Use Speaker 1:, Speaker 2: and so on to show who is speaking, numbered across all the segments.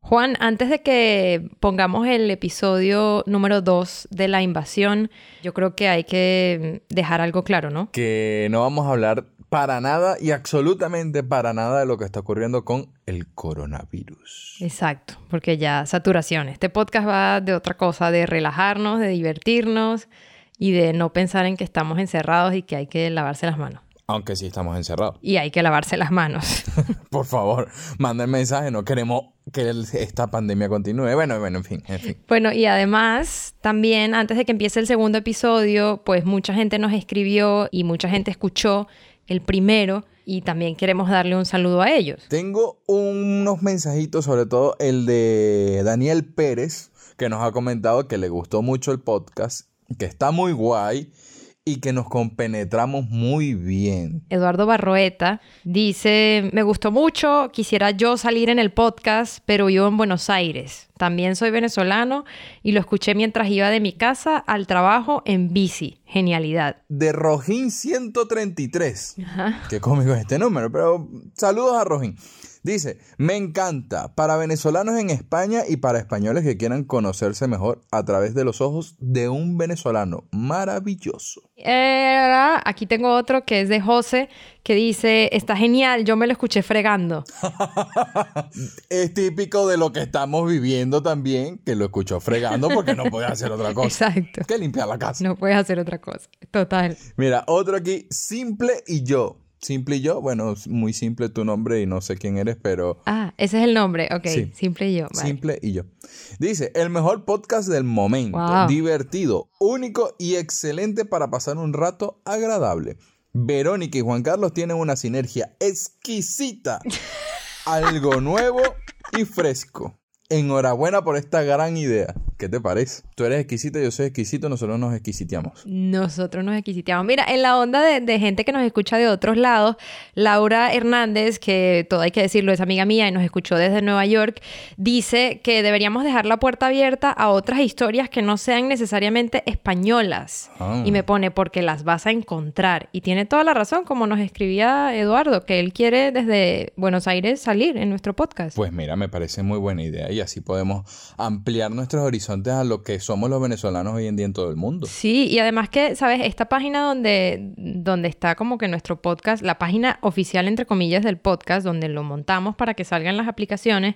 Speaker 1: Juan, antes de que pongamos el episodio número 2 de la invasión, yo creo que hay que dejar algo claro, ¿no?
Speaker 2: Que no vamos a hablar para nada y absolutamente para nada de lo que está ocurriendo con el coronavirus.
Speaker 1: Exacto, porque ya saturación. Este podcast va de otra cosa, de relajarnos, de divertirnos y de no pensar en que estamos encerrados y que hay que lavarse las manos.
Speaker 2: Aunque sí estamos encerrados.
Speaker 1: Y hay que lavarse las manos.
Speaker 2: Por favor, manden mensaje, no queremos que el- esta pandemia continúe. Bueno, bueno, en fin, en fin.
Speaker 1: Bueno, y además, también antes de que empiece el segundo episodio, pues mucha gente nos escribió y mucha gente escuchó el primero y también queremos darle un saludo a ellos.
Speaker 2: Tengo unos mensajitos, sobre todo el de Daniel Pérez, que nos ha comentado que le gustó mucho el podcast, que está muy guay y que nos compenetramos muy bien.
Speaker 1: Eduardo Barroeta dice, me gustó mucho, quisiera yo salir en el podcast, pero vivo en Buenos Aires. También soy venezolano y lo escuché mientras iba de mi casa al trabajo en bici. Genialidad.
Speaker 2: De Rojín 133.
Speaker 1: Ajá.
Speaker 2: Qué cómico es este número, pero saludos a Rojín. Dice, me encanta para venezolanos en España y para españoles que quieran conocerse mejor a través de los ojos de un venezolano. Maravilloso.
Speaker 1: Eh, aquí tengo otro que es de José, que dice, está genial, yo me lo escuché fregando.
Speaker 2: Es típico de lo que estamos viviendo también, que lo escuchó fregando porque no podía hacer otra cosa
Speaker 1: Exacto.
Speaker 2: que limpiar la casa.
Speaker 1: No puedes hacer otra cosa. Total.
Speaker 2: Mira, otro aquí, Simple y yo. Simple y yo, bueno, es muy simple tu nombre y no sé quién eres, pero
Speaker 1: Ah, ese es el nombre. Ok,
Speaker 2: Sí.
Speaker 1: simple yo. Vale.
Speaker 2: Simple y yo. Dice, el mejor podcast del momento,
Speaker 1: Wow.
Speaker 2: divertido, único y excelente para pasar un rato agradable. Verónica y Juan Carlos tienen una sinergia exquisita, algo nuevo y fresco. Enhorabuena por esta gran idea. ¿Qué te parece? Tú eres exquisita, yo soy exquisito, nosotros nos exquisiteamos.
Speaker 1: Nosotros nos exquisiteamos. Mira, en la onda de, de gente que nos escucha de otros lados, Laura Hernández, que todo hay que decirlo, es amiga mía y nos escuchó desde Nueva York, dice que deberíamos dejar la puerta abierta a otras historias que no sean necesariamente españolas.
Speaker 2: Ah.
Speaker 1: Y me pone, porque las vas a encontrar. Y tiene toda la razón, como nos escribía Eduardo, que él quiere desde Buenos Aires salir en nuestro podcast.
Speaker 2: Pues mira, me parece muy buena idea y así podemos ampliar nuestros horizontes a lo que somos los venezolanos hoy en día en todo el mundo.
Speaker 1: Sí, y además que, ¿sabes? Esta página donde, donde está como que nuestro podcast, la página oficial, entre comillas, del podcast, donde lo montamos para que salgan las aplicaciones,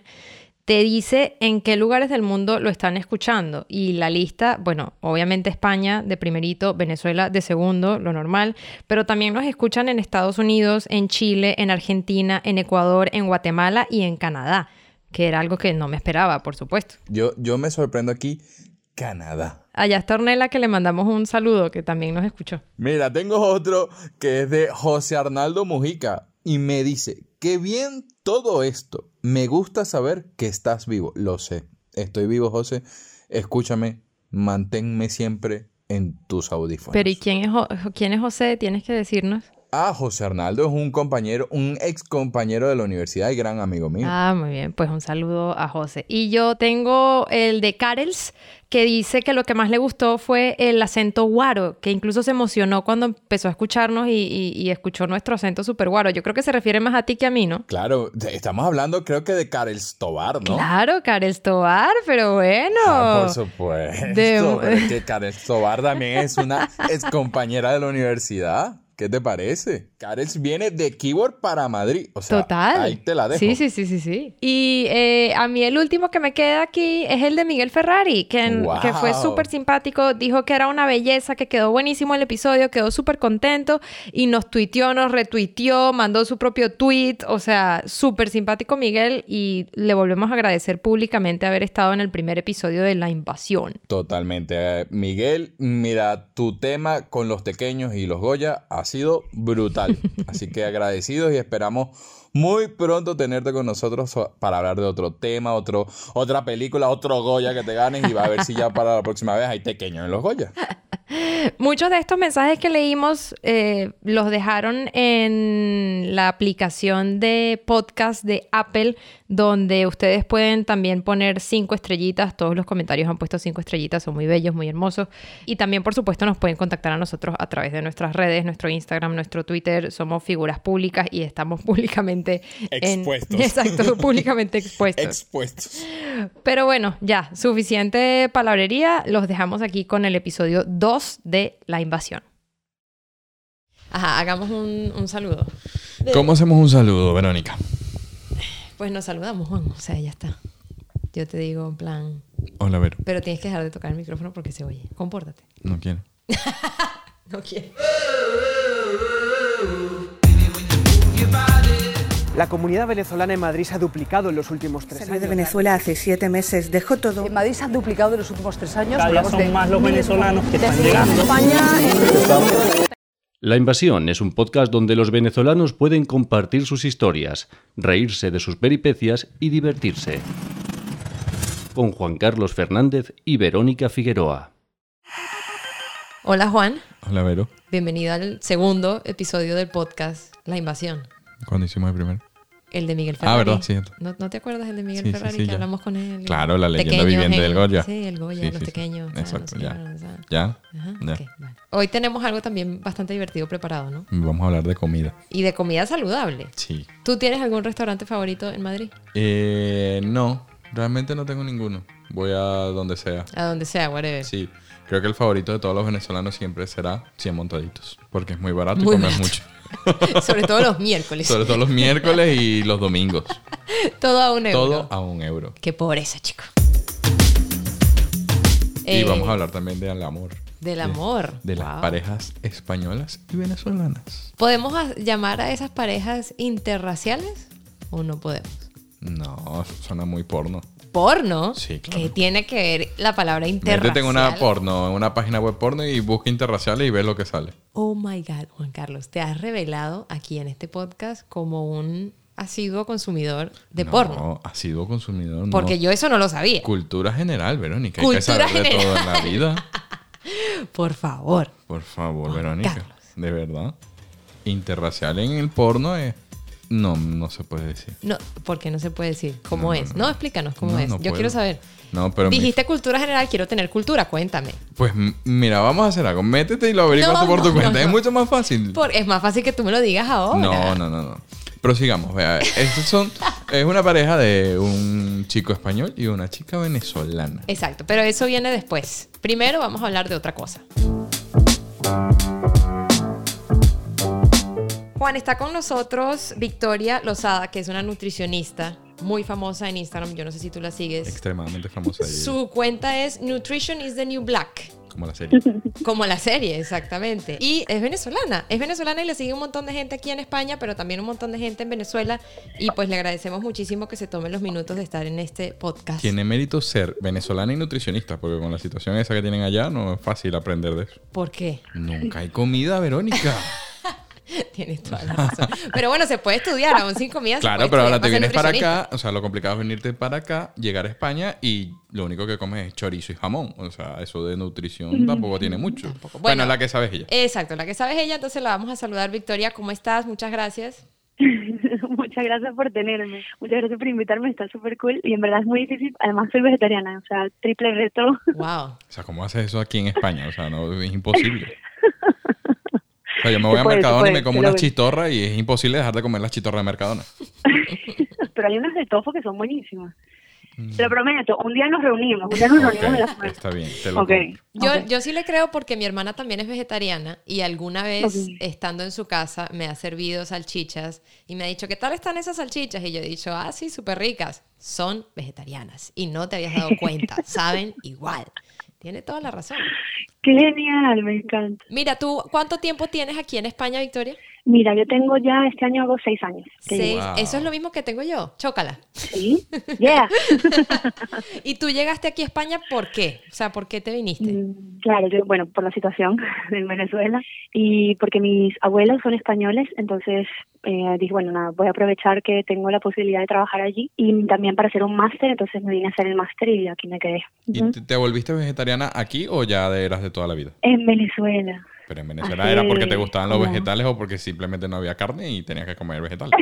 Speaker 1: te dice en qué lugares del mundo lo están escuchando. Y la lista, bueno, obviamente España de primerito, Venezuela de segundo, lo normal, pero también nos escuchan en Estados Unidos, en Chile, en Argentina, en Ecuador, en Guatemala y en Canadá, que era algo que no me esperaba, por supuesto.
Speaker 2: Yo, yo me sorprendo aquí, Canadá.
Speaker 1: Allá está Ornella, que le mandamos un saludo, que también nos escuchó.
Speaker 2: Mira, tengo otro que es de José Arnaldo Mujica y me dice, qué bien todo esto. Me gusta saber que estás vivo. Lo sé, estoy vivo, José. Escúchame, manténme siempre en tus audífonos.
Speaker 1: Pero ¿y quién es, Jo- quién es José? Tienes que decirnos.
Speaker 2: Ah, José Arnaldo es un compañero, un ex compañero de la universidad y gran amigo mío.
Speaker 1: Ah, muy bien. Pues un saludo a José. Y yo tengo el de Karels, que dice que lo que más le gustó fue el acento guaro, que incluso se emocionó cuando empezó a escucharnos y, y- y escuchó nuestro acento súper guaro. Yo creo que se refiere más a ti que a mí, ¿no?
Speaker 2: Claro, de- estamos hablando creo que de Karel Stobar, ¿no?
Speaker 1: Claro, Karels Tobar, pero bueno.
Speaker 2: Ah, por supuesto.
Speaker 1: De-
Speaker 2: Pero es que Karel Sobar también es una ex compañera de la universidad. ¿Qué te parece? Karel viene de Keyboard para Madrid. O sea,
Speaker 1: Total.
Speaker 2: ahí te la dejo.
Speaker 1: Sí, sí, sí, sí, sí. Y eh, a mí el último que me queda aquí es el de Miguel Ferrari, que, en-
Speaker 2: Wow.
Speaker 1: que fue súper simpático, dijo que era una belleza, que quedó buenísimo el episodio, quedó súper contento y nos tuiteó, nos retuiteó, mandó su propio tweet, o sea, súper simpático Miguel y le volvemos a agradecer públicamente haber estado en el primer episodio de La Invasión.
Speaker 2: Totalmente. Eh, Miguel, mira, tu tema con los pequeños y los Goya ha sido brutal. Así que agradecidos y esperamos muy pronto tenerte con nosotros so- para hablar de otro tema, otro, otra película, otro Goya que te ganes y va a ver si ya para la próxima vez hay pequeños en los Goya.
Speaker 1: Muchos de estos mensajes que leímos eh, los dejaron en la aplicación de podcast de Apple, donde ustedes pueden también poner cinco estrellitas. Todos los comentarios han puesto cinco estrellitas, son muy bellos, muy hermosos. Y también, por supuesto, nos pueden contactar a nosotros a través de nuestras redes, nuestro Instagram, nuestro Twitter. Somos figuras públicas y estamos públicamente en-
Speaker 2: Expuestos.
Speaker 1: exacto, públicamente expuestos.
Speaker 2: Expuestos.
Speaker 1: Pero bueno, ya, suficiente palabrería. Los dejamos aquí con el episodio 2 de La Invasión. Ajá, hagamos un, un saludo.
Speaker 2: ¿Cómo hacemos un saludo, Verónica?
Speaker 1: Pues nos saludamos, Juan. O sea, ya está. Yo te digo, en plan.
Speaker 2: Hola, Vero.
Speaker 1: Pero tienes que dejar de tocar el micrófono porque se oye. Compórtate.
Speaker 2: No quiero.
Speaker 1: No quiero.
Speaker 3: La comunidad venezolana en Madrid se ha duplicado en los últimos tres
Speaker 4: Salió
Speaker 3: años.
Speaker 4: de Venezuela hace siete meses, dejó todo.
Speaker 5: En Madrid se ha duplicado en los últimos tres años.
Speaker 6: Cada día
Speaker 5: Hablamos de
Speaker 6: son más los venezolanos que están llegando.
Speaker 5: España,
Speaker 7: La Invasión es un podcast donde los venezolanos pueden compartir sus historias, reírse de sus peripecias y divertirse. Con Juan Carlos Fernández y Verónica Figueroa.
Speaker 1: Hola, Juan.
Speaker 2: Hola, Vero.
Speaker 1: Bienvenido al segundo episodio del podcast La Invasión.
Speaker 2: ¿Cuándo hicimos el primero?
Speaker 1: El de Miguel
Speaker 2: Ah,
Speaker 1: Ferrari.
Speaker 2: verdad, cierto.
Speaker 1: ¿No, no te acuerdas el de Miguel
Speaker 2: Sí, sí,
Speaker 1: Ferrari
Speaker 2: sí,
Speaker 1: que
Speaker 2: ya.
Speaker 1: hablamos con él?
Speaker 2: Claro, la leyenda
Speaker 1: Pequeños
Speaker 2: viviente
Speaker 1: en-
Speaker 2: del Goya.
Speaker 1: Sí, el Goya,
Speaker 2: Sí,
Speaker 1: los
Speaker 2: sí, sí.
Speaker 1: pequeños. o sea,
Speaker 2: Exacto,
Speaker 1: no sé,
Speaker 2: ya.
Speaker 1: o sea,
Speaker 2: ¿Ya?
Speaker 1: Ajá,
Speaker 2: Ya.
Speaker 1: ok, bueno. Hoy tenemos algo también bastante divertido preparado, ¿no?
Speaker 2: Vamos a hablar de comida.
Speaker 1: Y de comida saludable.
Speaker 2: Sí.
Speaker 1: ¿Tú tienes algún restaurante favorito en Madrid?
Speaker 2: Eh, no, realmente no tengo ninguno. Voy a donde sea.
Speaker 1: A donde sea, whatever.
Speaker 2: Sí, creo que el favorito de todos los venezolanos siempre será 100 montaditos, porque es muy barato y
Speaker 1: Muy
Speaker 2: comes
Speaker 1: barato.
Speaker 2: mucho.
Speaker 1: Sobre todo los miércoles.
Speaker 2: Sobre todo los miércoles y los domingos.
Speaker 1: Todo a un euro.
Speaker 2: Todo a un euro.
Speaker 1: Qué pobreza, chico.
Speaker 2: Y
Speaker 1: Eh,
Speaker 2: vamos a hablar también del amor.
Speaker 1: Del
Speaker 2: De-
Speaker 1: amor.
Speaker 2: De, las
Speaker 1: Wow.
Speaker 2: parejas españolas y venezolanas.
Speaker 1: ¿Podemos a- llamar a esas parejas interraciales o no podemos?
Speaker 2: No, suena muy porno.
Speaker 1: Porno.
Speaker 2: Sí, claro.
Speaker 1: Que tiene que ver la palabra interracial.
Speaker 2: Métete en una porno, en una página web porno y busca interraciales y ves lo que sale.
Speaker 1: Oh my God, Juan Carlos, te has revelado aquí en este podcast como un asiduo consumidor de
Speaker 2: no,
Speaker 1: porno.
Speaker 2: asiduo consumidor.
Speaker 1: Porque
Speaker 2: no.
Speaker 1: yo eso no lo sabía.
Speaker 2: Cultura general, Verónica. Hay que
Speaker 1: Cultura
Speaker 2: saber de todo en la
Speaker 1: general.
Speaker 2: vida.
Speaker 1: Por favor.
Speaker 2: Por favor,
Speaker 1: Juan
Speaker 2: Verónica.
Speaker 1: Carlos.
Speaker 2: De verdad. Interracial en el porno es. No, no se puede decir.
Speaker 1: No, porque no se puede decir cómo
Speaker 2: No, no,
Speaker 1: es. No,
Speaker 2: no.
Speaker 1: explícanos cómo
Speaker 2: No,
Speaker 1: es.
Speaker 2: no
Speaker 1: Yo
Speaker 2: puedo.
Speaker 1: quiero saber.
Speaker 2: No, pero mi-
Speaker 1: Dijiste cultura general, quiero tener cultura, cuéntame.
Speaker 2: Pues m- mira, vamos a hacer algo. Métete y lo averiguas
Speaker 1: No,
Speaker 2: tú por
Speaker 1: no,
Speaker 2: tu
Speaker 1: no,
Speaker 2: cuenta. es
Speaker 1: no.
Speaker 2: mucho más fácil.
Speaker 1: Por- es más fácil que tú me lo digas ahora.
Speaker 2: No, no, no, no. Prosigamos. Vea, estos son. Es una pareja de un chico español y una chica venezolana.
Speaker 1: Exacto, pero eso viene después. Primero vamos a hablar de otra cosa. Juan, está con nosotros Victoria Lozada, que es una nutricionista muy famosa en Instagram. Yo no sé si tú la sigues.
Speaker 2: Extremadamente famosa. y-
Speaker 1: Su cuenta es Nutrition is the New Black.
Speaker 2: Como la serie.
Speaker 1: Como la serie, exactamente. Y es venezolana. Es venezolana y le sigue un montón de gente aquí en España, pero también un montón de gente en Venezuela. Y pues le agradecemos muchísimo que se tomen los minutos de estar en este podcast.
Speaker 2: Tiene mérito ser venezolana y nutricionista, porque con la situación esa que tienen allá no es fácil aprender de eso.
Speaker 1: ¿Por qué?
Speaker 2: Nunca hay comida, Verónica.
Speaker 1: Tienes toda la razón. Pero bueno, se puede estudiar, aún sin comida. se
Speaker 2: Claro,
Speaker 1: puede
Speaker 8: Pues
Speaker 2: pero
Speaker 1: estudiar
Speaker 2: ahora te
Speaker 1: ser
Speaker 2: vienes para
Speaker 1: nutricionista.
Speaker 2: acá, o sea, lo complicado es venirte para acá, llegar a España y lo único que comes es chorizo y jamón. O sea, eso de nutrición tampoco tiene mucho.
Speaker 1: Tampoco.
Speaker 2: Bueno,
Speaker 1: Bueno.
Speaker 2: la que sabes ella.
Speaker 1: Exacto, la que sabes ella, entonces la vamos a saludar. Victoria, ¿cómo estás? Muchas gracias.
Speaker 8: Muchas gracias por tenerme. Muchas gracias por invitarme. Está súper cool. Y en verdad es muy difícil. Además, soy vegetariana. O sea, triple reto.
Speaker 1: Wow.
Speaker 2: O sea, ¿cómo haces eso aquí en España? O sea, no, es imposible. O sea, yo me voy
Speaker 8: Se
Speaker 2: a
Speaker 8: puede, se
Speaker 2: Mercadona y
Speaker 8: puede,
Speaker 2: me como
Speaker 8: se Pues, lo
Speaker 2: una
Speaker 8: ve.
Speaker 2: chistorra y es imposible dejar de comer las chistorras de Mercadona.
Speaker 8: Pero hay unas de tofu que son buenísimas. Te lo prometo. Un día nos reunimos. Un día nos reunimos
Speaker 2: Mm. Ok,
Speaker 8: en la semana.
Speaker 2: está bien, te lo
Speaker 8: Ok.
Speaker 2: compro.
Speaker 1: Yo,
Speaker 8: ok.
Speaker 1: yo sí le creo porque mi hermana también es vegetariana y alguna vez
Speaker 8: Ok.
Speaker 1: estando en su casa me ha servido salchichas y me ha dicho, ¿qué tal están esas salchichas? Y yo he dicho, ah, sí, súper ricas. Son vegetarianas y no te habías dado cuenta, saben igual. Tiene toda la razón.
Speaker 8: Qué genial. Me encanta.
Speaker 1: Mira, tú, ¿cuánto tiempo tienes aquí en España, Victoria?
Speaker 8: Mira, yo tengo ya este año hago seis años. que
Speaker 1: Seis.
Speaker 8: llevo.
Speaker 2: Wow.
Speaker 1: Eso es lo mismo que tengo yo. Chócala.
Speaker 8: Sí. Yeah.
Speaker 1: ¿Y tú llegaste aquí a España por qué? O sea, ¿por qué te viniste?
Speaker 8: Mm, Claro, yo, bueno, por la situación en Venezuela y porque mis abuelos son españoles, entonces eh, dije, bueno, nada, voy a aprovechar que tengo la posibilidad de trabajar allí y también para hacer un máster, entonces me vine a hacer el máster y aquí me quedé. Ujú.
Speaker 2: ¿Y te, te volviste vegetariana aquí o ya de- eras de toda la vida?
Speaker 8: En Venezuela.
Speaker 2: Pero en Venezuela
Speaker 8: Así
Speaker 2: era porque te
Speaker 8: es,
Speaker 2: gustaban los
Speaker 8: no.
Speaker 2: vegetales o porque simplemente no había carne y tenías que comer vegetales.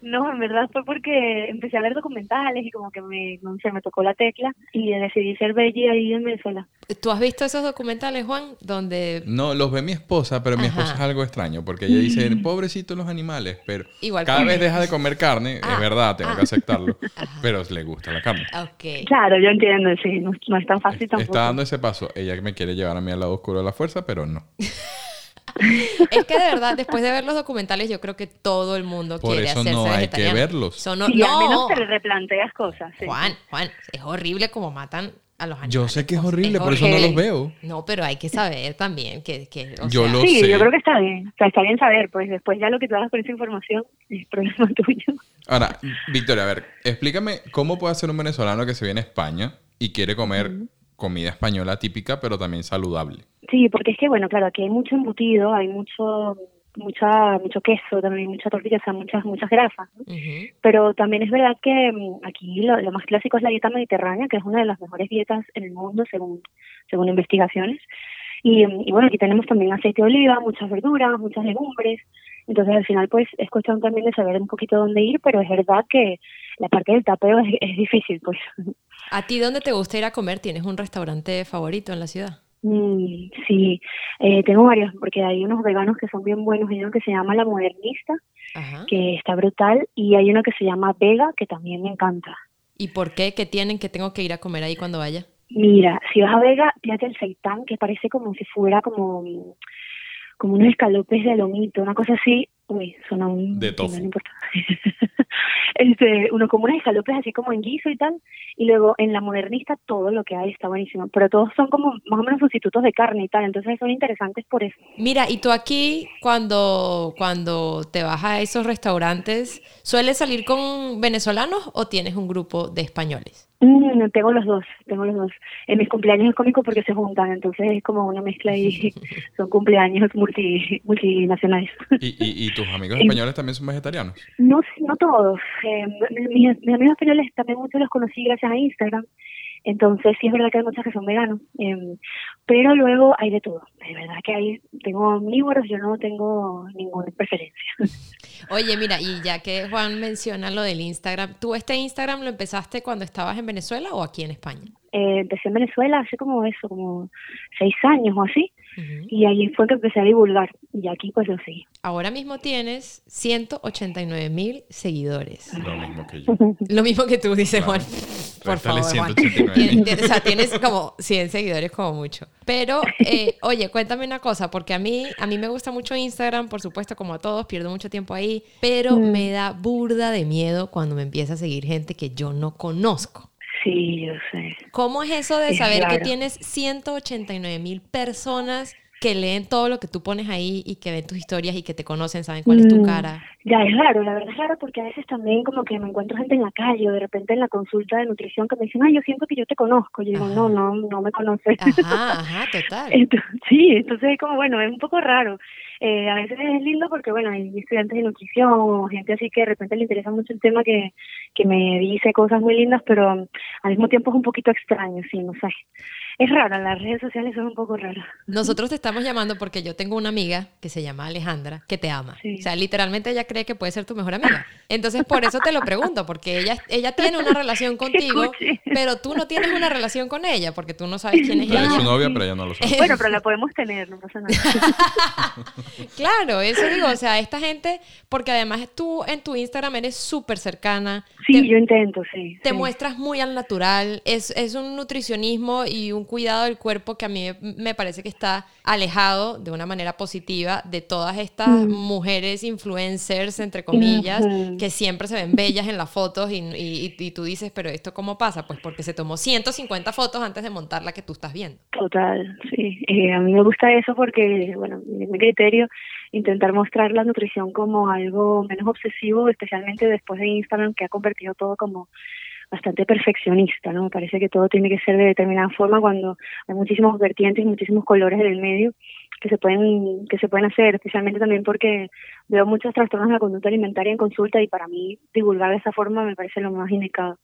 Speaker 8: no, en verdad fue porque empecé a ver documentales y como que me, no sé, me tocó la tecla y decidí ser bella ahí en Venezuela.
Speaker 1: ¿Tú has visto esos documentales, Juan? Donde
Speaker 2: No, los ve mi esposa, pero mi
Speaker 1: Ajá.
Speaker 2: esposa es algo extraño, porque ella dice, pobrecitos los animales, pero
Speaker 1: Igual
Speaker 2: cada
Speaker 1: comen.
Speaker 2: vez deja de comer carne,
Speaker 1: Ah,
Speaker 2: es verdad, tengo
Speaker 1: ah.
Speaker 2: que aceptarlo, pero le gusta la carne.
Speaker 1: Ok.
Speaker 8: Claro, yo entiendo, sí, no, no es tan fácil tampoco.
Speaker 2: Está dando ese paso. Ella me quiere llevar a mí al lado oscuro de la fuerza, pero no.
Speaker 1: Es que de verdad, después de ver los documentales, yo creo que todo el mundo
Speaker 2: Por
Speaker 1: quiere
Speaker 2: eso
Speaker 1: hacerse
Speaker 2: no hay que
Speaker 1: vegetariano.
Speaker 2: verlos.
Speaker 1: Son- no,
Speaker 8: Sí, al menos
Speaker 1: no.
Speaker 8: te replanteas cosas. sí.
Speaker 1: Juan, Juan, es horrible como matan a los animales.
Speaker 2: Yo sé que es
Speaker 1: o sea,
Speaker 2: horrible, por eso no los
Speaker 1: horrible.
Speaker 2: veo.
Speaker 1: No, pero hay que saber también que, que o
Speaker 2: Yo
Speaker 1: sea,
Speaker 2: lo
Speaker 8: Sí,
Speaker 2: sé.
Speaker 8: yo creo que está bien. O sea, está bien saber, pues después ya lo que tú hagas con esa información es problema tuyo.
Speaker 2: Ahora, Victoria, a ver, explícame cómo puede hacer un venezolano que se viene a España y quiere comer comida española típica, pero también saludable.
Speaker 8: Sí, porque es que, bueno, claro, aquí hay mucho embutido, hay mucho mucha mucho queso también mucha tortilla o sea muchas muchas grasas ¿no?
Speaker 1: Ujú.
Speaker 8: pero también es verdad que mm, aquí lo, lo más clásico es la dieta mediterránea que es una de las mejores dietas en el mundo según según investigaciones y, mm, y bueno aquí tenemos también aceite de oliva muchas verduras muchas legumbres entonces al final pues es cuestión también de saber un poquito dónde ir pero es verdad que la parte del tapeo es, es difícil pues
Speaker 1: ¿A ti dónde te gusta ir a comer? ¿Tienes un restaurante favorito en la ciudad?
Speaker 8: Mm, sí, eh, tengo varios, porque hay unos veganos que son bien buenos, hay uno que se llama La Modernista,
Speaker 1: Ajá.
Speaker 8: que está brutal, y hay uno que se llama Vega, que también me encanta.
Speaker 1: ¿Y por qué? ¿Qué tienen que tengo que ir a comer ahí cuando vaya?
Speaker 8: Mira, si vas a Vega, pídate el seitán, que parece como si fuera como, como unos escalopes de lomito, una cosa así. Uy, suena un...
Speaker 2: De tofu.
Speaker 8: No importa. este, uno como unos escalopes así como en guiso y tal. Y luego en la modernista todo lo que hay está buenísimo. Pero todos son como más o menos sustitutos de carne y tal. Entonces son interesantes por eso.
Speaker 1: Mira, y tú aquí cuando cuando te vas a esos restaurantes, ¿sueles salir con venezolanos o tienes un grupo de españoles?
Speaker 8: Mm, tengo los dos, tengo los dos. En mis cumpleaños es cómico porque se juntan, entonces es como una mezcla y son cumpleaños multi, multinacionales.
Speaker 2: ¿Y, y- y tus amigos españoles también son vegetarianos?
Speaker 8: No, no todos. Eh, mis, mis amigos españoles también muchos los conocí gracias a Instagram. Entonces sí es verdad que hay muchos que son veganos, eh, pero luego hay de todo. Es verdad que hay, tengo omnívoros, yo no tengo ninguna preferencia.
Speaker 1: Oye, mira, y ya que Juan menciona lo del Instagram, ¿tú este Instagram lo empezaste cuando estabas en Venezuela o aquí en España?
Speaker 8: Eh, empecé en Venezuela hace como eso, como seis años o así,
Speaker 1: Ujú.
Speaker 8: y ahí fue que empecé a divulgar y aquí pues lo seguí.
Speaker 1: Ahora mismo tienes 189 mil seguidores.
Speaker 2: Lo mismo que yo.
Speaker 1: Lo mismo que tú dices, Juan. Por
Speaker 2: Rétale
Speaker 1: favor, Juan.
Speaker 2: 189.000.
Speaker 1: Tien- tien- o sea, tienes como 100 seguidores como mucho. Pero, eh, oye, cuéntame una cosa, porque a mí, a mí me gusta mucho Instagram, por supuesto, como a todos, pierdo mucho tiempo ahí, pero
Speaker 8: Mm.
Speaker 1: me da burda de miedo cuando me empieza a seguir gente que yo no conozco.
Speaker 8: Sí, yo sé.
Speaker 1: ¿Cómo es eso de
Speaker 8: Es
Speaker 1: saber que
Speaker 8: raro.
Speaker 1: tienes 189 mil personas que leen todo lo que tú pones ahí y que ven tus historias y que te conocen, saben cuál es tu
Speaker 8: Mm.
Speaker 1: cara?
Speaker 8: Ya, es raro, la verdad es raro porque a veces también como que me encuentro gente en la calle o de repente en la consulta de nutrición que me dicen, ay, yo siento que yo te conozco. Yo digo,
Speaker 1: Ajá.
Speaker 8: no, no, no me conoces.
Speaker 1: Ajá, ajá, total.
Speaker 8: Entonces, sí, entonces es como, bueno, es un poco raro. Eh, a veces es lindo porque, bueno, hay estudiantes de nutrición o gente así que de repente le interesa mucho el tema que, que me dice cosas muy lindas, pero um, al mismo tiempo es un poquito extraño, sí, no sé. Es raro, las redes sociales son un poco raras.
Speaker 1: Nosotros te estamos llamando porque yo tengo una amiga que se llama Alejandra, que te ama.
Speaker 8: Sí.
Speaker 1: O sea, literalmente ella cree que puede ser tu mejor amiga. Entonces, por eso te lo pregunto, porque ella, ella tiene una relación contigo,
Speaker 8: cuchi.
Speaker 1: pero tú no tienes una relación con ella, porque tú no sabes quién es
Speaker 2: Ella es su
Speaker 1: ella.
Speaker 2: novia, pero ella no lo sabe.
Speaker 8: Bueno, pero la podemos tener, no pasa nada.
Speaker 1: Claro, eso digo, o sea, esta gente, porque además tú en tu Instagram eres súper cercana,
Speaker 8: Sí,
Speaker 1: te-
Speaker 8: yo intento, sí.
Speaker 1: te
Speaker 8: sí.
Speaker 1: muestras muy al natural, es, es un nutricionismo y un cuidado del cuerpo que a mí me parece que está alejado de una manera positiva de todas estas mujeres influencers, entre comillas,
Speaker 8: Mm. Ujú.
Speaker 1: que siempre se ven bellas en las fotos y, y- y tú dices, pero ¿esto cómo pasa? Pues porque se tomó 150 fotos antes de montar la que tú estás viendo.
Speaker 8: Total, sí. Eh, a mí me gusta eso porque, bueno, es mi criterio intentar mostrar la nutrición como algo menos obsesivo, especialmente después de Instagram que ha convertido todo como bastante perfeccionista, ¿no? Me parece que todo tiene que ser de determinada forma cuando hay muchísimos vertientes y muchísimos colores en el medio que se pueden que se pueden hacer, especialmente también porque veo muchos trastornos de la conducta alimentaria en consulta y para mí divulgar de esa forma me parece lo más indicado.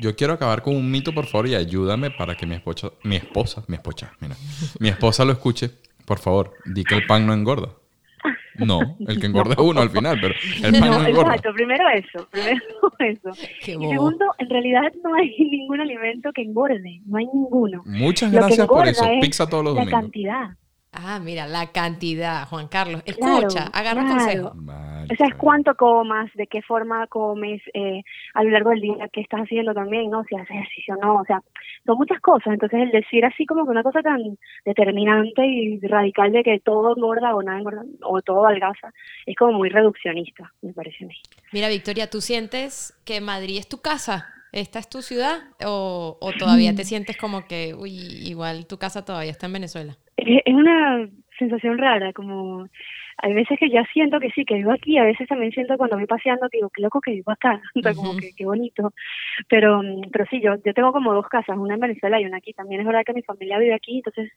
Speaker 2: Yo quiero acabar con un mito, por favor, y ayúdame para que mi esposa, mi esposa, mi esposa, mira, mi esposa lo escuche. Por favor, di que el pan no engorda.
Speaker 9: No, el que engorda es uno al final, pero el pan no,
Speaker 8: No,
Speaker 9: engorda.
Speaker 8: exacto, primero eso, primero eso.
Speaker 1: Qué
Speaker 8: Y
Speaker 1: bobo.
Speaker 8: segundo, en realidad no hay ningún alimento que engorde, no hay ninguno.
Speaker 9: Muchas
Speaker 8: Lo que
Speaker 9: gracias por
Speaker 8: engorda
Speaker 9: eso.
Speaker 8: es
Speaker 9: Pizza todos los
Speaker 8: La
Speaker 9: domingos.
Speaker 8: cantidad.
Speaker 1: Ah, mira, la cantidad, Juan Carlos.
Speaker 8: Claro,
Speaker 1: Escucha, agarra
Speaker 8: claro.
Speaker 1: consejo.
Speaker 9: Vale,
Speaker 8: O sea, es
Speaker 9: claro.
Speaker 8: cuánto comas, de qué forma comes, eh, a lo largo del día, qué estás haciendo también, ¿no? Si haces ejercicio o no, o sea, son muchas cosas. Entonces, el decir así como que una cosa tan determinante y radical de que todo engorda o nada engorda o todo adelgaza, es como muy reduccionista, me parece a mí.
Speaker 1: Mira, Victoria, ¿tú sientes que Madrid es tu casa? ¿Esta es tu ciudad? ¿O, o todavía te sientes como que, uy, igual tu casa todavía está en Venezuela?
Speaker 8: Es es una sensación rara, como hay veces que ya siento que sí, que vivo aquí, a veces también siento cuando voy paseando que digo, qué loco que vivo acá, o sea, como
Speaker 1: Ujú.
Speaker 8: que qué bonito. Pero mm, pero sí, yo yo tengo como dos casas, una en Venezuela y una aquí. También es verdad que mi familia vive aquí, entonces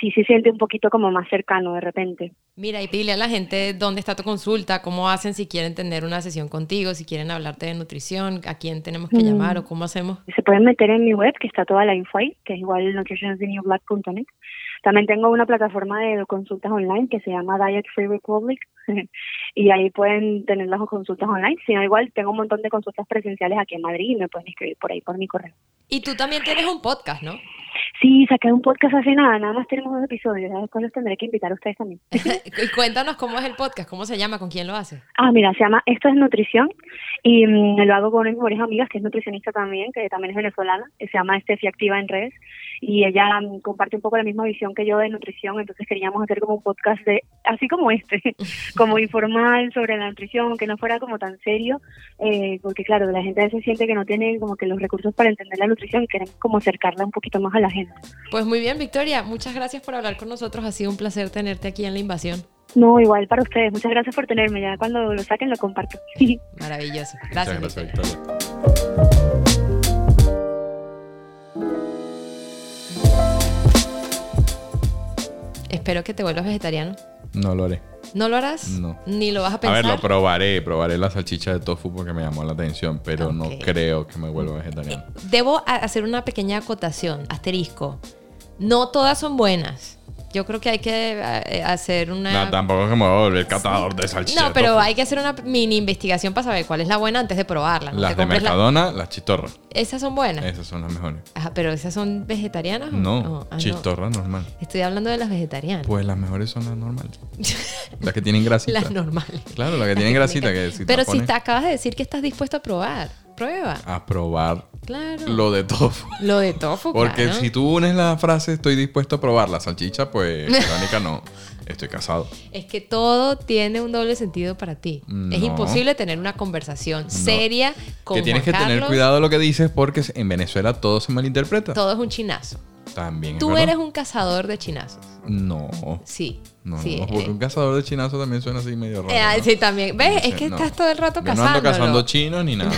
Speaker 8: sí se siente un poquito como más cercano de repente.
Speaker 1: Mira, y dile a la gente dónde está tu consulta, cómo hacen si quieren tener una sesión contigo, si quieren hablarte de nutrición, a quién tenemos que
Speaker 8: Mm.
Speaker 1: llamar o cómo hacemos.
Speaker 8: Se pueden meter en mi web, que está toda la info ahí, que es igual nutritionisthenewblack.net. También tengo una plataforma de consultas online que se llama Diet Free Republic y ahí pueden tener las consultas online. Si no, igual tengo un montón de consultas presenciales aquí en Madrid y me pueden escribir por ahí por mi correo.
Speaker 1: Y tú también tienes un podcast, ¿no?
Speaker 8: Sí, saqué un podcast hace nada, nada más tenemos dos episodios, ya después los tendré que invitar a ustedes también.
Speaker 1: y cuéntanos cómo es el podcast, cómo se llama, con quién lo haces.
Speaker 8: Ah, mira, se llama Esto es Nutrición y mm, lo hago con una de mis mejores amigas que es nutricionista también, que también es venezolana, que se llama Estefi Activa en redes y ella mm, comparte un poco la misma visión que yo de nutrición, entonces queríamos hacer como un podcast de, así como este, como informal sobre la nutrición, que no fuera como tan serio, eh, porque claro, la gente a veces siente que no tiene como que los recursos para entender la nutrición y queremos como acercarla un poquito más a la gente.
Speaker 1: Pues muy bien, Victoria, muchas gracias por hablar con nosotros. Ha sido un placer tenerte aquí en La Invasión.
Speaker 8: No, igual para ustedes, muchas gracias por tenerme, ya cuando lo saquen lo comparto.
Speaker 1: Maravilloso.
Speaker 9: Muchas
Speaker 1: Gracias, Victoria.
Speaker 9: Victoria.
Speaker 1: Espero que te vuelvas vegetariano.
Speaker 9: No lo haré.
Speaker 1: ¿No lo harás?
Speaker 9: No.
Speaker 1: Ni lo vas a
Speaker 9: A
Speaker 1: pensar.
Speaker 9: ver, lo probaré, probaré la salchicha de tofu porque me llamó la atención, pero
Speaker 1: Ok.
Speaker 9: no creo que me vuelva vegetariano.
Speaker 1: Debo a- hacer una pequeña acotación, asterisco. No todas son buenas. Yo creo que hay que eh, hacer
Speaker 8: Ah.
Speaker 1: una...
Speaker 9: No, tampoco es que me voy a volver catador de salchicha.
Speaker 1: No,
Speaker 9: de
Speaker 1: pero
Speaker 9: tofu.
Speaker 1: hay que hacer una mini investigación para saber cuál es la buena antes de probarla. No
Speaker 9: Las
Speaker 1: te
Speaker 9: de
Speaker 1: compres la-
Speaker 9: Mercadona, las chistorras.
Speaker 1: Esas son buenas.
Speaker 9: Esas son las mejores.
Speaker 1: Ajá, pero esas son vegetarianas. o-
Speaker 9: No,
Speaker 1: o- ah,
Speaker 9: chistorra normal.
Speaker 1: Estoy hablando de las vegetarianas.
Speaker 9: Pues las mejores son las normales. Las que tienen grasita.
Speaker 1: las normales.
Speaker 9: Claro, las que tienen grasita.
Speaker 1: que
Speaker 9: Que si te
Speaker 1: Pero
Speaker 9: la
Speaker 1: si
Speaker 9: pones
Speaker 1: te acabas de decir que estás dispuesto a probar, prueba.
Speaker 9: A probar
Speaker 1: Claro. Lo,
Speaker 9: lo de tofu.
Speaker 1: de tofu,
Speaker 9: Porque
Speaker 1: Pues claro.
Speaker 9: si tú unes la frase estoy dispuesto a probar la salchicha, pues Verónica no. Estoy casado.
Speaker 1: Es que todo tiene un doble sentido para ti. Es
Speaker 9: No.
Speaker 1: imposible tener una conversación seria con
Speaker 9: que tienes
Speaker 1: Juan
Speaker 9: que tener
Speaker 1: Carlos.
Speaker 9: cuidado de lo que dices porque en Venezuela todo se malinterpreta.
Speaker 1: Todo es un chinazo.
Speaker 9: También. es
Speaker 1: Tú
Speaker 9: verdad.
Speaker 1: eres un cazador de chinazos.
Speaker 9: No.
Speaker 1: Sí.
Speaker 9: No,
Speaker 1: sí,
Speaker 9: no, porque
Speaker 1: eh,
Speaker 9: un cazador de chinazo también suena así medio raro.
Speaker 1: eh, ah,
Speaker 9: ¿no?
Speaker 1: sí, también. ¿Ves?
Speaker 9: No
Speaker 1: es
Speaker 9: sé,
Speaker 1: que
Speaker 9: no.
Speaker 1: estás todo el rato
Speaker 9: Yo no ando
Speaker 1: cazándolo.
Speaker 9: cazando chinos ni nada.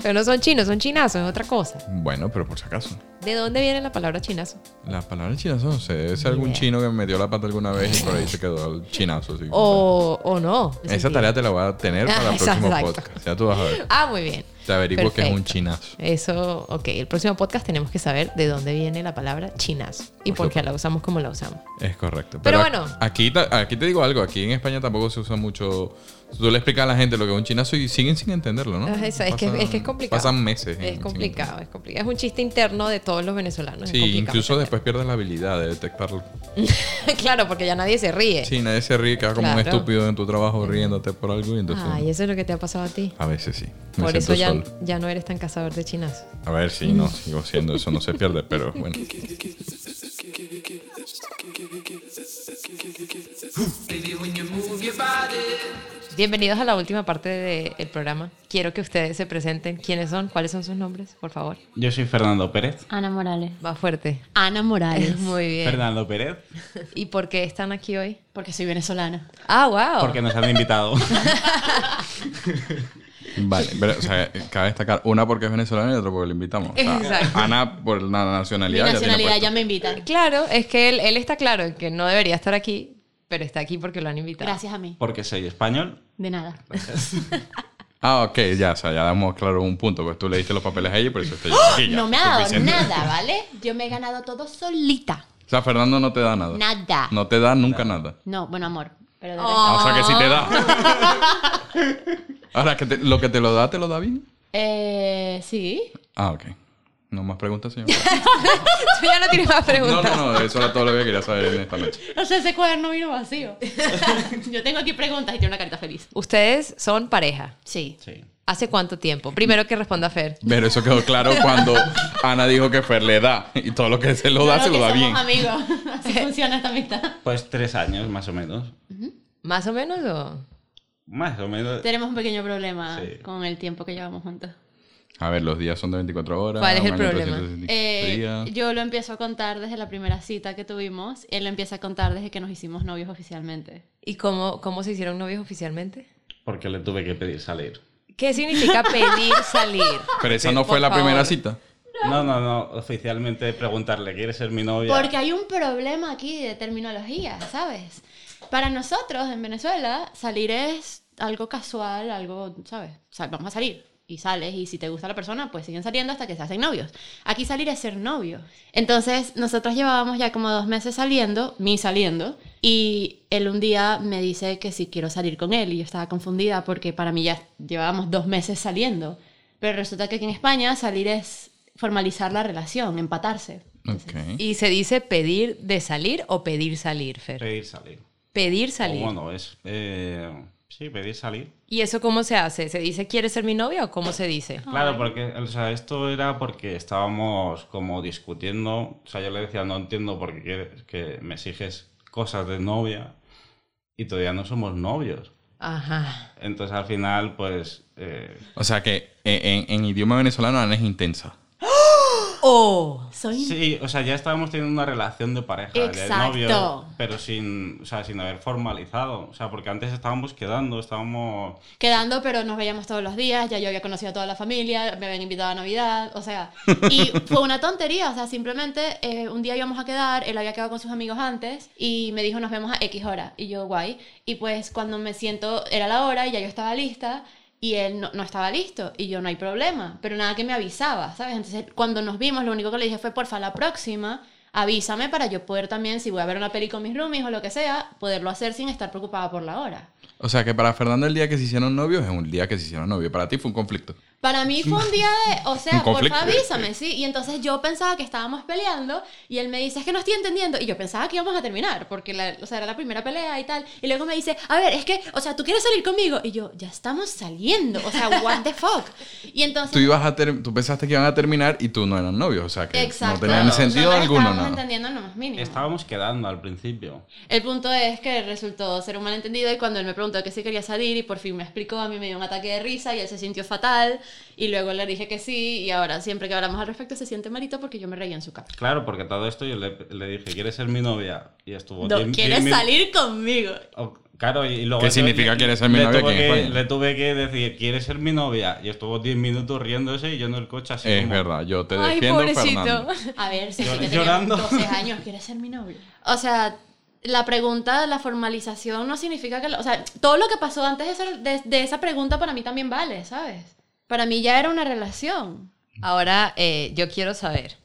Speaker 1: Pero no son chinos, son chinazos, es otra cosa.
Speaker 9: bueno, pero por si acaso.
Speaker 1: ¿De dónde viene la palabra chinazo?
Speaker 9: La palabra chinazo, no sé, debe ser algún
Speaker 1: idea.
Speaker 9: chino que me metió la pata alguna vez y por ahí se quedó el chinazo. así.
Speaker 1: O, o no.
Speaker 9: Esa tarea te la voy a tener para el
Speaker 1: Ah,
Speaker 9: próximo
Speaker 1: exacto.
Speaker 9: podcast. Ya tú vas a ver.
Speaker 1: Ah, muy bien.
Speaker 9: Te averiguo que es un
Speaker 1: Perfecto.
Speaker 9: chinazo.
Speaker 1: Eso, ok. El próximo podcast tenemos que saber de dónde viene la palabra chinazo y
Speaker 9: Por
Speaker 1: por qué la usamos como la usamos.
Speaker 9: Es correcto.
Speaker 1: Pero
Speaker 9: ac-
Speaker 1: bueno.
Speaker 9: Aquí, ta- aquí te digo algo. Aquí en España tampoco se usa mucho. Tú le explicas a la gente lo que es un chinazo y siguen sin entenderlo, ¿no?
Speaker 1: Es, esa- es que,
Speaker 9: Pasan-
Speaker 1: es que es complicado.
Speaker 9: Pasan meses. en-
Speaker 1: Es
Speaker 9: sin-
Speaker 1: complicado, es complicado. Es un chiste interno de todos los venezolanos. es
Speaker 9: Sí,
Speaker 1: complicado
Speaker 9: incluso
Speaker 1: entenderlo.
Speaker 9: después pierdes la habilidad de detectarlo.
Speaker 1: claro, porque ya nadie se ríe.
Speaker 9: Sí, nadie se ríe, queda como un
Speaker 1: Eh, Claro. Eh.
Speaker 9: estúpido en tu trabajo riéndote por algo y entonces.
Speaker 1: Ay, eso es lo que te ha pasado a ti.
Speaker 9: A veces sí. Me
Speaker 1: Por
Speaker 9: siento
Speaker 1: eso ya,
Speaker 9: solo.
Speaker 1: ya no eres tan cazador de chinazos.
Speaker 9: A ver, sí, no, sigo siendo, eso no se pierde, pero bueno.
Speaker 1: Bienvenidos a la última parte del programa. Quiero que ustedes se presenten. ¿Quiénes son? ¿Cuáles son sus nombres? Por favor.
Speaker 10: Yo soy Fernando Pérez.
Speaker 11: Ana Morales.
Speaker 1: Más fuerte.
Speaker 11: Ana Morales.
Speaker 1: Muy bien.
Speaker 10: Fernando Pérez,
Speaker 1: ¿Y por qué están aquí hoy?
Speaker 11: Porque soy venezolana.
Speaker 1: Ah, wow.
Speaker 10: porque nos han invitado.
Speaker 9: Vale, pero o sea, cabe destacar una porque es venezolana y otra porque la invitamos. O sea,
Speaker 1: Exacto.
Speaker 9: Ana por la
Speaker 11: Mi
Speaker 9: nacionalidad.
Speaker 11: nacionalidad ya
Speaker 9: ya tiene
Speaker 11: me invitan.
Speaker 1: Claro, es que él, él está claro en que no debería estar aquí, pero está aquí porque lo han invitado.
Speaker 11: Gracias a mí.
Speaker 10: Porque soy español.
Speaker 11: De nada.
Speaker 9: puesto. Ah, ok, ya, o sea, ya damos claro un punto, pues tú le diste los papeles a ella y por eso estoy aquí. ya,
Speaker 11: ¡Ah! No me ha dado
Speaker 9: suficiente.
Speaker 11: nada, ¿vale? Yo me he ganado todo solita.
Speaker 9: O sea, Fernando no te da nada.
Speaker 11: Nada.
Speaker 9: No te da nunca nada. Ah,
Speaker 11: No, bueno, amor. Pero de
Speaker 10: O sea que si te da.
Speaker 11: resto-
Speaker 2: Ahora, que te- lo que te lo da, ¿te lo da bien?
Speaker 11: Eh, sí.
Speaker 2: Ah, ok. No más preguntas, señor.
Speaker 1: Tú ya no tienes más
Speaker 2: No,
Speaker 1: preguntas.
Speaker 2: no, no, eso era todo lo que quería saber en esta noche.
Speaker 11: O sea, ese cuaderno vino vacío. Yo tengo aquí preguntas y tiene una carita feliz.
Speaker 1: Ustedes son pareja.
Speaker 11: Sí.
Speaker 10: Sí.
Speaker 1: ¿Hace cuánto tiempo? Primero que responda Fer.
Speaker 2: Pero eso quedó claro cuando Ana dijo que Fer le da. Y todo lo que se lo da,
Speaker 11: Claro
Speaker 2: se lo da
Speaker 11: que somos
Speaker 2: bien.
Speaker 11: amigos. Así funciona esta amistad.
Speaker 10: Pues tres años, más o menos.
Speaker 1: ¿Más o menos o...?
Speaker 10: Más o menos.
Speaker 11: Tenemos un pequeño problema
Speaker 10: Sí.
Speaker 11: con el tiempo que llevamos juntos.
Speaker 2: A ver, los días son de 24 horas.
Speaker 1: ¿Cuál es
Speaker 2: un
Speaker 1: el
Speaker 2: año
Speaker 1: problema?
Speaker 2: 365
Speaker 11: Eh,
Speaker 2: días.
Speaker 11: yo lo empiezo a contar desde la primera cita que tuvimos. Él lo empieza a contar desde que nos hicimos novios oficialmente.
Speaker 1: ¿Y cómo, cómo se hicieron novios oficialmente?
Speaker 10: Porque le tuve que pedir salir.
Speaker 1: ¿Qué significa pedir salir?
Speaker 2: Pero esa no
Speaker 1: Por
Speaker 2: fue la
Speaker 1: favor.
Speaker 2: primera cita.
Speaker 10: No, no, no. Oficialmente preguntarle, ¿quieres ser mi novia?
Speaker 11: Porque hay un problema aquí de terminología, ¿sabes? Para nosotros en Venezuela, salir es algo casual, algo, ¿sabes? Sal- vamos a salir. Y sales, y si te gusta la persona, pues siguen saliendo hasta que se hacen novios. Aquí salir es ser novio. Entonces, nosotros llevábamos ya como dos meses saliendo, mi saliendo, y él un día me dice que si quiero salir con él, y yo estaba confundida porque para mí ya llevábamos dos meses saliendo. Pero resulta que aquí en España salir es formalizar la relación, empatarse.
Speaker 2: Ok.
Speaker 1: ¿Y se dice pedir de salir o pedir salir, Fer?
Speaker 10: Pedir salir.
Speaker 1: Pedir
Speaker 10: O
Speaker 1: salir.
Speaker 10: bueno, es. eh, sí, pedir salir.
Speaker 1: ¿Y eso cómo se hace? ¿Se dice quieres ser mi novia o cómo se dice?
Speaker 10: Claro, porque o sea, esto era porque estábamos como discutiendo. O sea, yo le decía, no entiendo por qué quieres que me exiges cosas de novia y todavía no somos novios.
Speaker 1: Ajá.
Speaker 10: Entonces al final, pues. eh,
Speaker 2: O sea que en, en- en idioma venezolano Ana es intensa.
Speaker 1: O
Speaker 11: Soy
Speaker 10: sí, o sea, ya estábamos teniendo una relación de pareja, de
Speaker 11: Exacto.
Speaker 10: novio, pero sin, o sea, sin haber formalizado. O sea, porque antes estábamos quedando, estábamos.
Speaker 11: quedando, pero nos veíamos todos los días, ya yo había conocido a toda la familia, me habían invitado a Navidad, o sea, y fue una tontería, o sea, simplemente eh, un día íbamos a quedar, él había quedado con sus amigos antes y me dijo nos vemos a X hora, y yo guay, y pues cuando me siento era la hora y ya yo estaba lista. Y él no, no estaba listo, y yo no hay problema, pero nada que me avisaba, ¿sabes? Entonces, cuando nos vimos, lo único que le dije fue, porfa, la próxima, avísame para yo poder también, si voy a ver una peli con mis roomies o lo que sea, poderlo hacer sin estar preocupada por la hora.
Speaker 2: O sea que para Fernando el día que se hicieron novios es un día que se hicieron novios. Para ti fue un conflicto.
Speaker 11: Para mí fue un día de, o
Speaker 2: Un
Speaker 11: sea,
Speaker 2: conflicto.
Speaker 11: porfa, avísame, sí. Y entonces yo pensaba que estábamos peleando y él me dice, es que no estoy entendiendo. Y yo pensaba que íbamos a terminar, porque la- o sea, era la primera pelea y tal. Y luego me dice, a ver, es que, o sea, tú quieres salir conmigo. Y yo, ya estamos saliendo, o sea, what the fuck. Y entonces...
Speaker 2: Tú ibas a ter- tú pensaste que iban a terminar y tú no eran novios. O sea que no
Speaker 11: Exacto.
Speaker 2: tenían sentido
Speaker 11: no nos
Speaker 2: alguno,
Speaker 11: Estábamos
Speaker 2: nada.
Speaker 11: entendiendo en lo más mínimo.
Speaker 10: Estábamos quedando al principio.
Speaker 11: El punto es que resultó ser un malentendido y cuando él me preguntó que si quería salir y por fin me explicó, a mí me dio un ataque de risa y él se sintió fatal y luego le dije que sí y ahora siempre que hablamos al respecto se siente malito porque yo me reía en su cara.
Speaker 10: Claro, porque todo esto yo le, le dije, ¿quieres ser mi novia? Y estuvo.
Speaker 11: No,
Speaker 10: diez- diez
Speaker 11: ¿Quieres
Speaker 10: min-
Speaker 11: salir conmigo?
Speaker 10: O- Claro, y y luego.
Speaker 2: ¿Qué
Speaker 10: yo
Speaker 2: significa
Speaker 10: le-
Speaker 2: quieres ser mi
Speaker 10: le
Speaker 2: novia
Speaker 10: tuve
Speaker 2: aquí en
Speaker 10: que-
Speaker 2: España?
Speaker 10: Le tuve que decir, ¿quieres ser mi novia? Y estuvo 10 minutos riéndose y yo en el coche así.
Speaker 2: Es
Speaker 10: como-
Speaker 2: verdad, yo te
Speaker 1: Ay,
Speaker 2: defiendo,
Speaker 1: pobrecito.
Speaker 2: Fernando.
Speaker 11: A ver, si
Speaker 10: Llor-
Speaker 11: yo
Speaker 10: llorando.
Speaker 11: 12 años, ¿quieres ser mi novio? O sea, la pregunta, la formalización no significa que... lo- o sea, todo lo que pasó antes de, esa- de- de esa pregunta para mí también vale, ¿sabes? Para mí ya era una relación.
Speaker 1: Ahora, eh, yo quiero saber,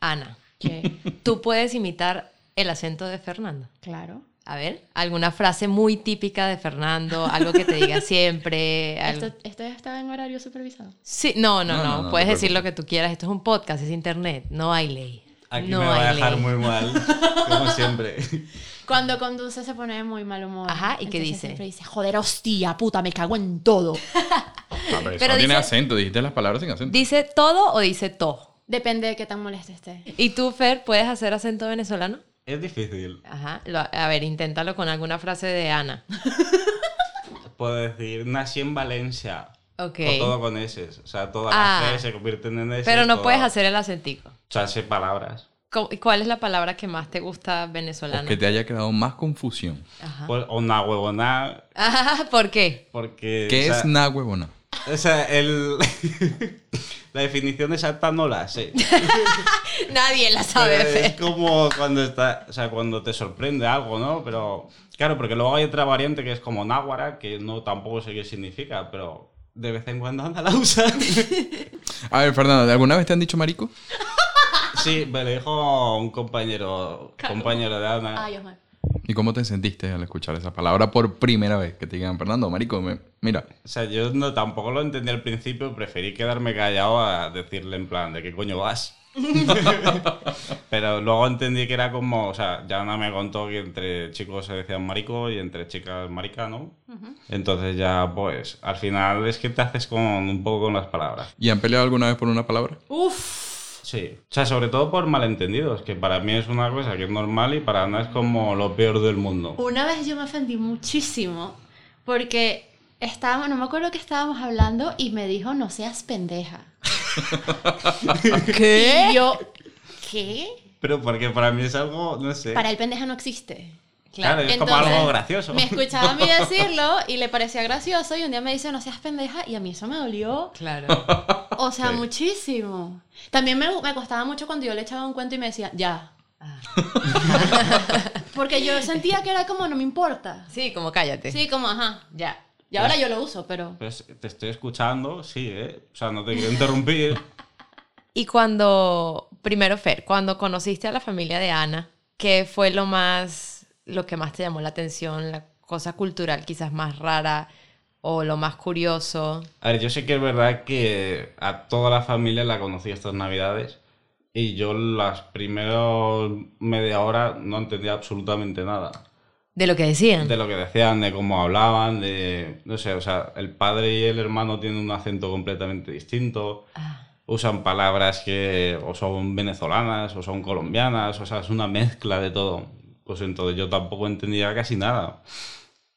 Speaker 1: Ana,
Speaker 11: Que,
Speaker 1: ¿tú puedes imitar el acento de Fernando?
Speaker 11: claro.
Speaker 1: A ver, alguna frase muy típica de Fernando, algo que te diga siempre. algo-
Speaker 11: Esto, esto ya estaba en horario supervisado.
Speaker 1: Sí, no, no,
Speaker 2: No,
Speaker 1: no,
Speaker 2: no, no te
Speaker 1: puedes decir lo que tú quieras. Esto es un podcast, es internet, no hay ley.
Speaker 10: Aquí
Speaker 1: no
Speaker 10: me va a
Speaker 1: hay
Speaker 10: dejar
Speaker 1: ley.
Speaker 10: muy mal, como siempre.
Speaker 11: Cuando conduce se pone de muy mal humor.
Speaker 1: Ajá, ¿y qué
Speaker 11: Entonces
Speaker 1: dice?
Speaker 11: Siempre dice, joder, hostia, puta, me cago en todo.
Speaker 2: Ah, pero eso
Speaker 1: Pero
Speaker 2: no tiene
Speaker 1: dice-
Speaker 2: acento, dijiste las palabras sin acento.
Speaker 1: ¿Dice todo o dice to?
Speaker 11: Depende de qué tan molesto esté.
Speaker 1: ¿Y tú, Fer, puedes hacer acento venezolano?
Speaker 10: Es difícil.
Speaker 1: Ajá. lo- a ver, inténtalo con alguna frase de Ana.
Speaker 10: Puedo decir, nací en Valencia.
Speaker 1: Ok.
Speaker 10: O todo con S. O sea, todas
Speaker 1: Ah.
Speaker 10: las S se convierten en S.
Speaker 1: Pero no
Speaker 10: todas-
Speaker 1: puedes hacer el acentico.
Speaker 10: O sea, sé palabras.
Speaker 1: Co- ¿Cuál es la palabra que más te gusta venezolana?
Speaker 2: O que te haya creado más confusión.
Speaker 1: Ajá.
Speaker 10: Pues, o una huevona,
Speaker 1: Ajá, ¿Por qué?
Speaker 10: porque...
Speaker 2: ¿Qué
Speaker 10: Eh, o sea,
Speaker 2: es na huevona?
Speaker 10: O sea, el... la definición exacta no la sé.
Speaker 1: Nadie la sabe,
Speaker 10: Pero es
Speaker 1: Fer.
Speaker 10: Eh, como cuando está, o sea, cuando te sorprende algo, ¿no? Pero claro, porque luego hay otra variante que es como náhuara, que no tampoco sé qué significa, pero de vez en cuando anda la usan.
Speaker 2: A ver, Fernando, ¿alguna vez te han dicho marico?
Speaker 10: sí, me lo dijo un compañero, compañero de Ana.
Speaker 11: Ay, Osmar.
Speaker 9: ¿Y cómo te sentiste al escuchar esa palabra por primera vez? Que te digan, Fernando, marico, me- mira,
Speaker 10: O sea, yo no, tampoco lo entendí al principio, preferí quedarme callado a decirle en plan, ¿de qué coño vas? Pero luego entendí que era como, o sea, Yana me contó que entre chicos se decían marico y entre chicas marica, ¿no? Entonces ya, pues, al final es que te haces con un poco con las palabras.
Speaker 9: ¿y han peleado alguna vez por una palabra?
Speaker 10: Sí. O sea, sobre todo por malentendidos, que para mí es una cosa que es normal y para Ana es como lo peor del mundo.
Speaker 11: Una vez yo me ofendí muchísimo porque estábamos, no me acuerdo que estábamos hablando y me dijo, no seas pendeja. Y yo, ¿qué?
Speaker 10: Pero porque para mí es algo, no sé.
Speaker 11: Para él pendeja no existe.
Speaker 10: Claro, es como algo gracioso.
Speaker 11: Me escuchaba a mí decirlo y le parecía gracioso y un día me dice, no seas pendeja y a mí eso me dolió.
Speaker 1: Claro.
Speaker 11: O sea,
Speaker 10: Sí.
Speaker 11: muchísimo. También me, me costaba mucho cuando yo le echaba un cuento y me decía, ya. Porque yo sentía que era como, no me importa.
Speaker 1: Sí, como cállate.
Speaker 11: Sí, como, ajá, ya. Y ahora yo lo uso, pero...
Speaker 10: Pues te estoy escuchando, sí, ¿eh? O sea, no te quiero interrumpir.
Speaker 1: Y cuando, primero Fer, cuando conociste a la familia de Ana, ¿qué fue lo más, lo que más te llamó la atención, la cosa cultural quizás más rara o lo más curioso?
Speaker 10: A ver, yo sé que es verdad que a toda la familia la conocí estas navidades y yo las primeras media hora no entendía absolutamente nada.
Speaker 1: De lo que decían.
Speaker 10: De lo que decían, de cómo hablaban, de... No sé, o sea, el padre y el hermano tienen un acento completamente distinto,
Speaker 1: Ah,
Speaker 10: usan palabras que o son venezolanas o son colombianas, o sea, es una mezcla de todo. Pues entonces yo tampoco entendía casi nada.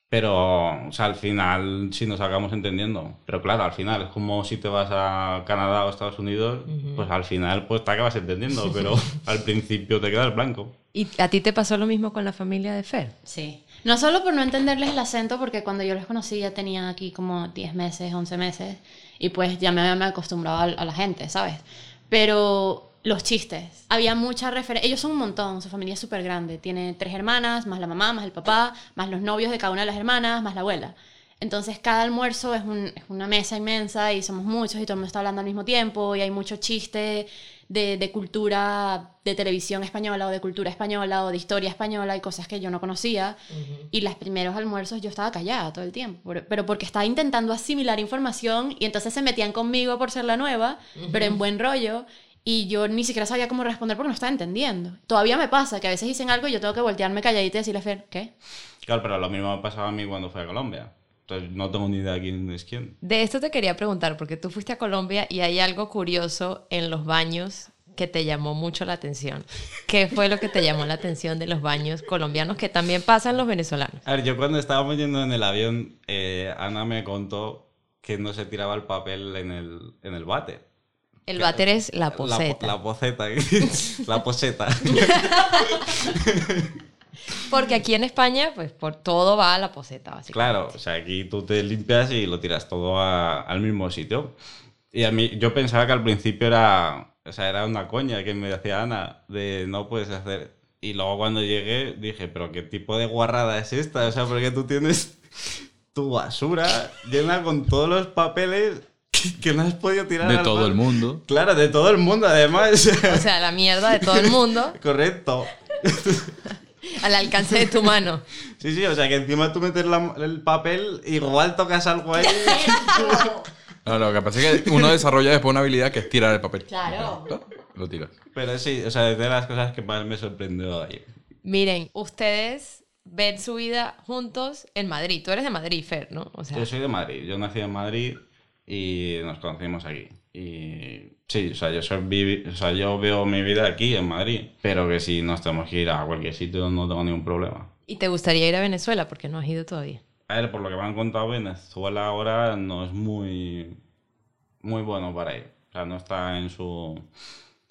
Speaker 10: Pero, o sea, al final sí nos acabamos entendiendo. Pero claro, al final es como si te vas a Canadá o Estados Unidos, pues al final pues te acabas entendiendo, pero al principio te quedas blanco.
Speaker 1: ¿Y a ti te pasó lo mismo con la familia de Fer?
Speaker 11: Sí. No solo por no entenderles el acento, porque cuando yo los conocí ya tenía aquí como 10 meses, 11 meses, y pues ya me había acostumbrado al- a, la gente, ¿sabes? Pero los chistes. Había mucha referencia. Ellos son un montón, su familia es súper grande. Tiene tres hermanas, más la mamá, más el papá, más los novios de cada una de las hermanas, más la abuela. Entonces cada almuerzo es, un- es una mesa inmensa y somos muchos y todo el mundo está hablando al mismo tiempo y hay mucho chiste de, de cultura de televisión española o de cultura española o de historia española y cosas que yo no conocía. Y los primeros almuerzos yo estaba callada todo el tiempo, por- pero porque estaba intentando asimilar información y entonces se metían conmigo por ser la nueva, pero en buen rollo. Y yo ni siquiera sabía cómo responder porque no estaba entendiendo. Todavía me pasa que a veces dicen algo y yo tengo que voltearme calladita y decirle, a Fer, ¿qué?
Speaker 10: Claro, pero lo mismo me pasaba a mí cuando fui a Colombia. Entonces no tengo ni idea quién es quién.
Speaker 1: De esto te quería preguntar, porque tú fuiste a Colombia y hay algo curioso en los baños que te llamó mucho la atención. ¿Qué fue lo que te llamó la atención de los baños colombianos que también pasan los venezolanos?
Speaker 10: A ver, yo cuando estábamos yendo en el avión, eh, Ana me contó que no se tiraba el papel en el, en el váter.
Speaker 1: El váter es la
Speaker 10: po-
Speaker 1: poseta.
Speaker 10: La, poseta. la poseta.
Speaker 1: Porque aquí en España, pues por todo va a la poseta, básicamente.
Speaker 10: claro, o sea, aquí tú te limpias y lo tiras todo a- al mismo sitio. Y a mí, yo pensaba que al principio era, o sea, era una coña que me decía Ana de no puedes hacer. Y luego cuando llegué dije, pero qué tipo de guarrada es esta, o sea, porque tú tienes tu basura llena con todos los papeles que- que no has podido tirar
Speaker 9: De
Speaker 10: al
Speaker 9: todo
Speaker 10: mar.
Speaker 9: el mundo.
Speaker 10: Claro, de todo el mundo, además.
Speaker 1: O sea, la mierda de todo el mundo
Speaker 10: Correcto.
Speaker 1: al alcance de tu mano.
Speaker 10: Sí, sí, o sea que encima tú metes la- el papel, igual tocas algo ahí.
Speaker 9: No, lo que pasa es que uno desarrolla después una habilidad que es tirar el papel.
Speaker 11: Claro.
Speaker 9: Lo tiras.
Speaker 10: Pero sí, o sea, es de las cosas que más me sorprendió ahí.
Speaker 1: Miren, ustedes ven su vida juntos en Madrid. Tú eres de Madrid, Fer, ¿no? O sea,
Speaker 10: Yo soy de Madrid, yo nací en Madrid y nos conocimos aquí. Y sí, o sea, yo, soy, vivi- o sea, yo veo mi vida aquí en Madrid, pero que si nos tenemos que ir a cualquier sitio no tengo ningún problema.
Speaker 1: y te gustaría ir a Venezuela porque no has ido todavía.
Speaker 10: A ver, por lo que me han contado, Venezuela ahora no es muy, muy bueno para ir. O sea, no está en su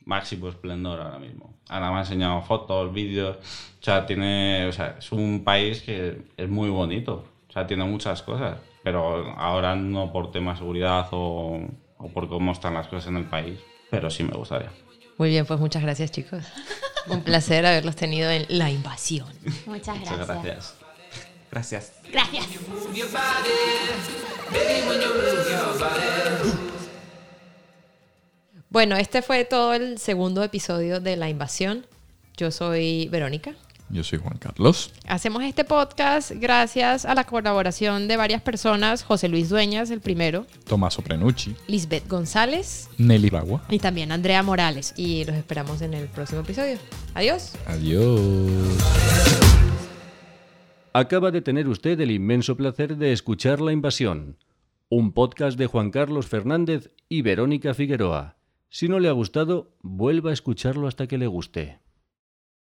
Speaker 10: máximo esplendor ahora mismo. Ahora me ha enseñado fotos, vídeos. O sea, tiene, o sea, es un país que es muy bonito. O sea, tiene muchas cosas. Pero ahora no por tema de seguridad o, o por cómo están las cosas en el país. Pero sí me gustaría.
Speaker 1: Muy bien, pues muchas gracias, chicos. Un placer haberlos tenido en La Invasión.
Speaker 11: Muchas gracias.
Speaker 10: Muchas gracias. Gracias.
Speaker 11: Gracias.
Speaker 1: Bueno, este fue todo el segundo episodio de La Invasión. Yo soy Verónica.
Speaker 2: Yo soy Juan Carlos.
Speaker 1: Hacemos este podcast gracias a la colaboración de varias personas, José Luis Dueñas, el primero,
Speaker 2: Tomaso Prenucci.
Speaker 1: Lisbeth González
Speaker 2: Nelly Bagua.
Speaker 1: y también Andrea Morales. Y los esperamos en el próximo episodio. Adiós.
Speaker 2: Adiós.
Speaker 11: Acaba de tener usted el inmenso placer de escuchar La Invasión, un podcast de Juan Carlos Fernández y Verónica Figueroa. Si no le ha gustado, vuelva a escucharlo hasta que le guste.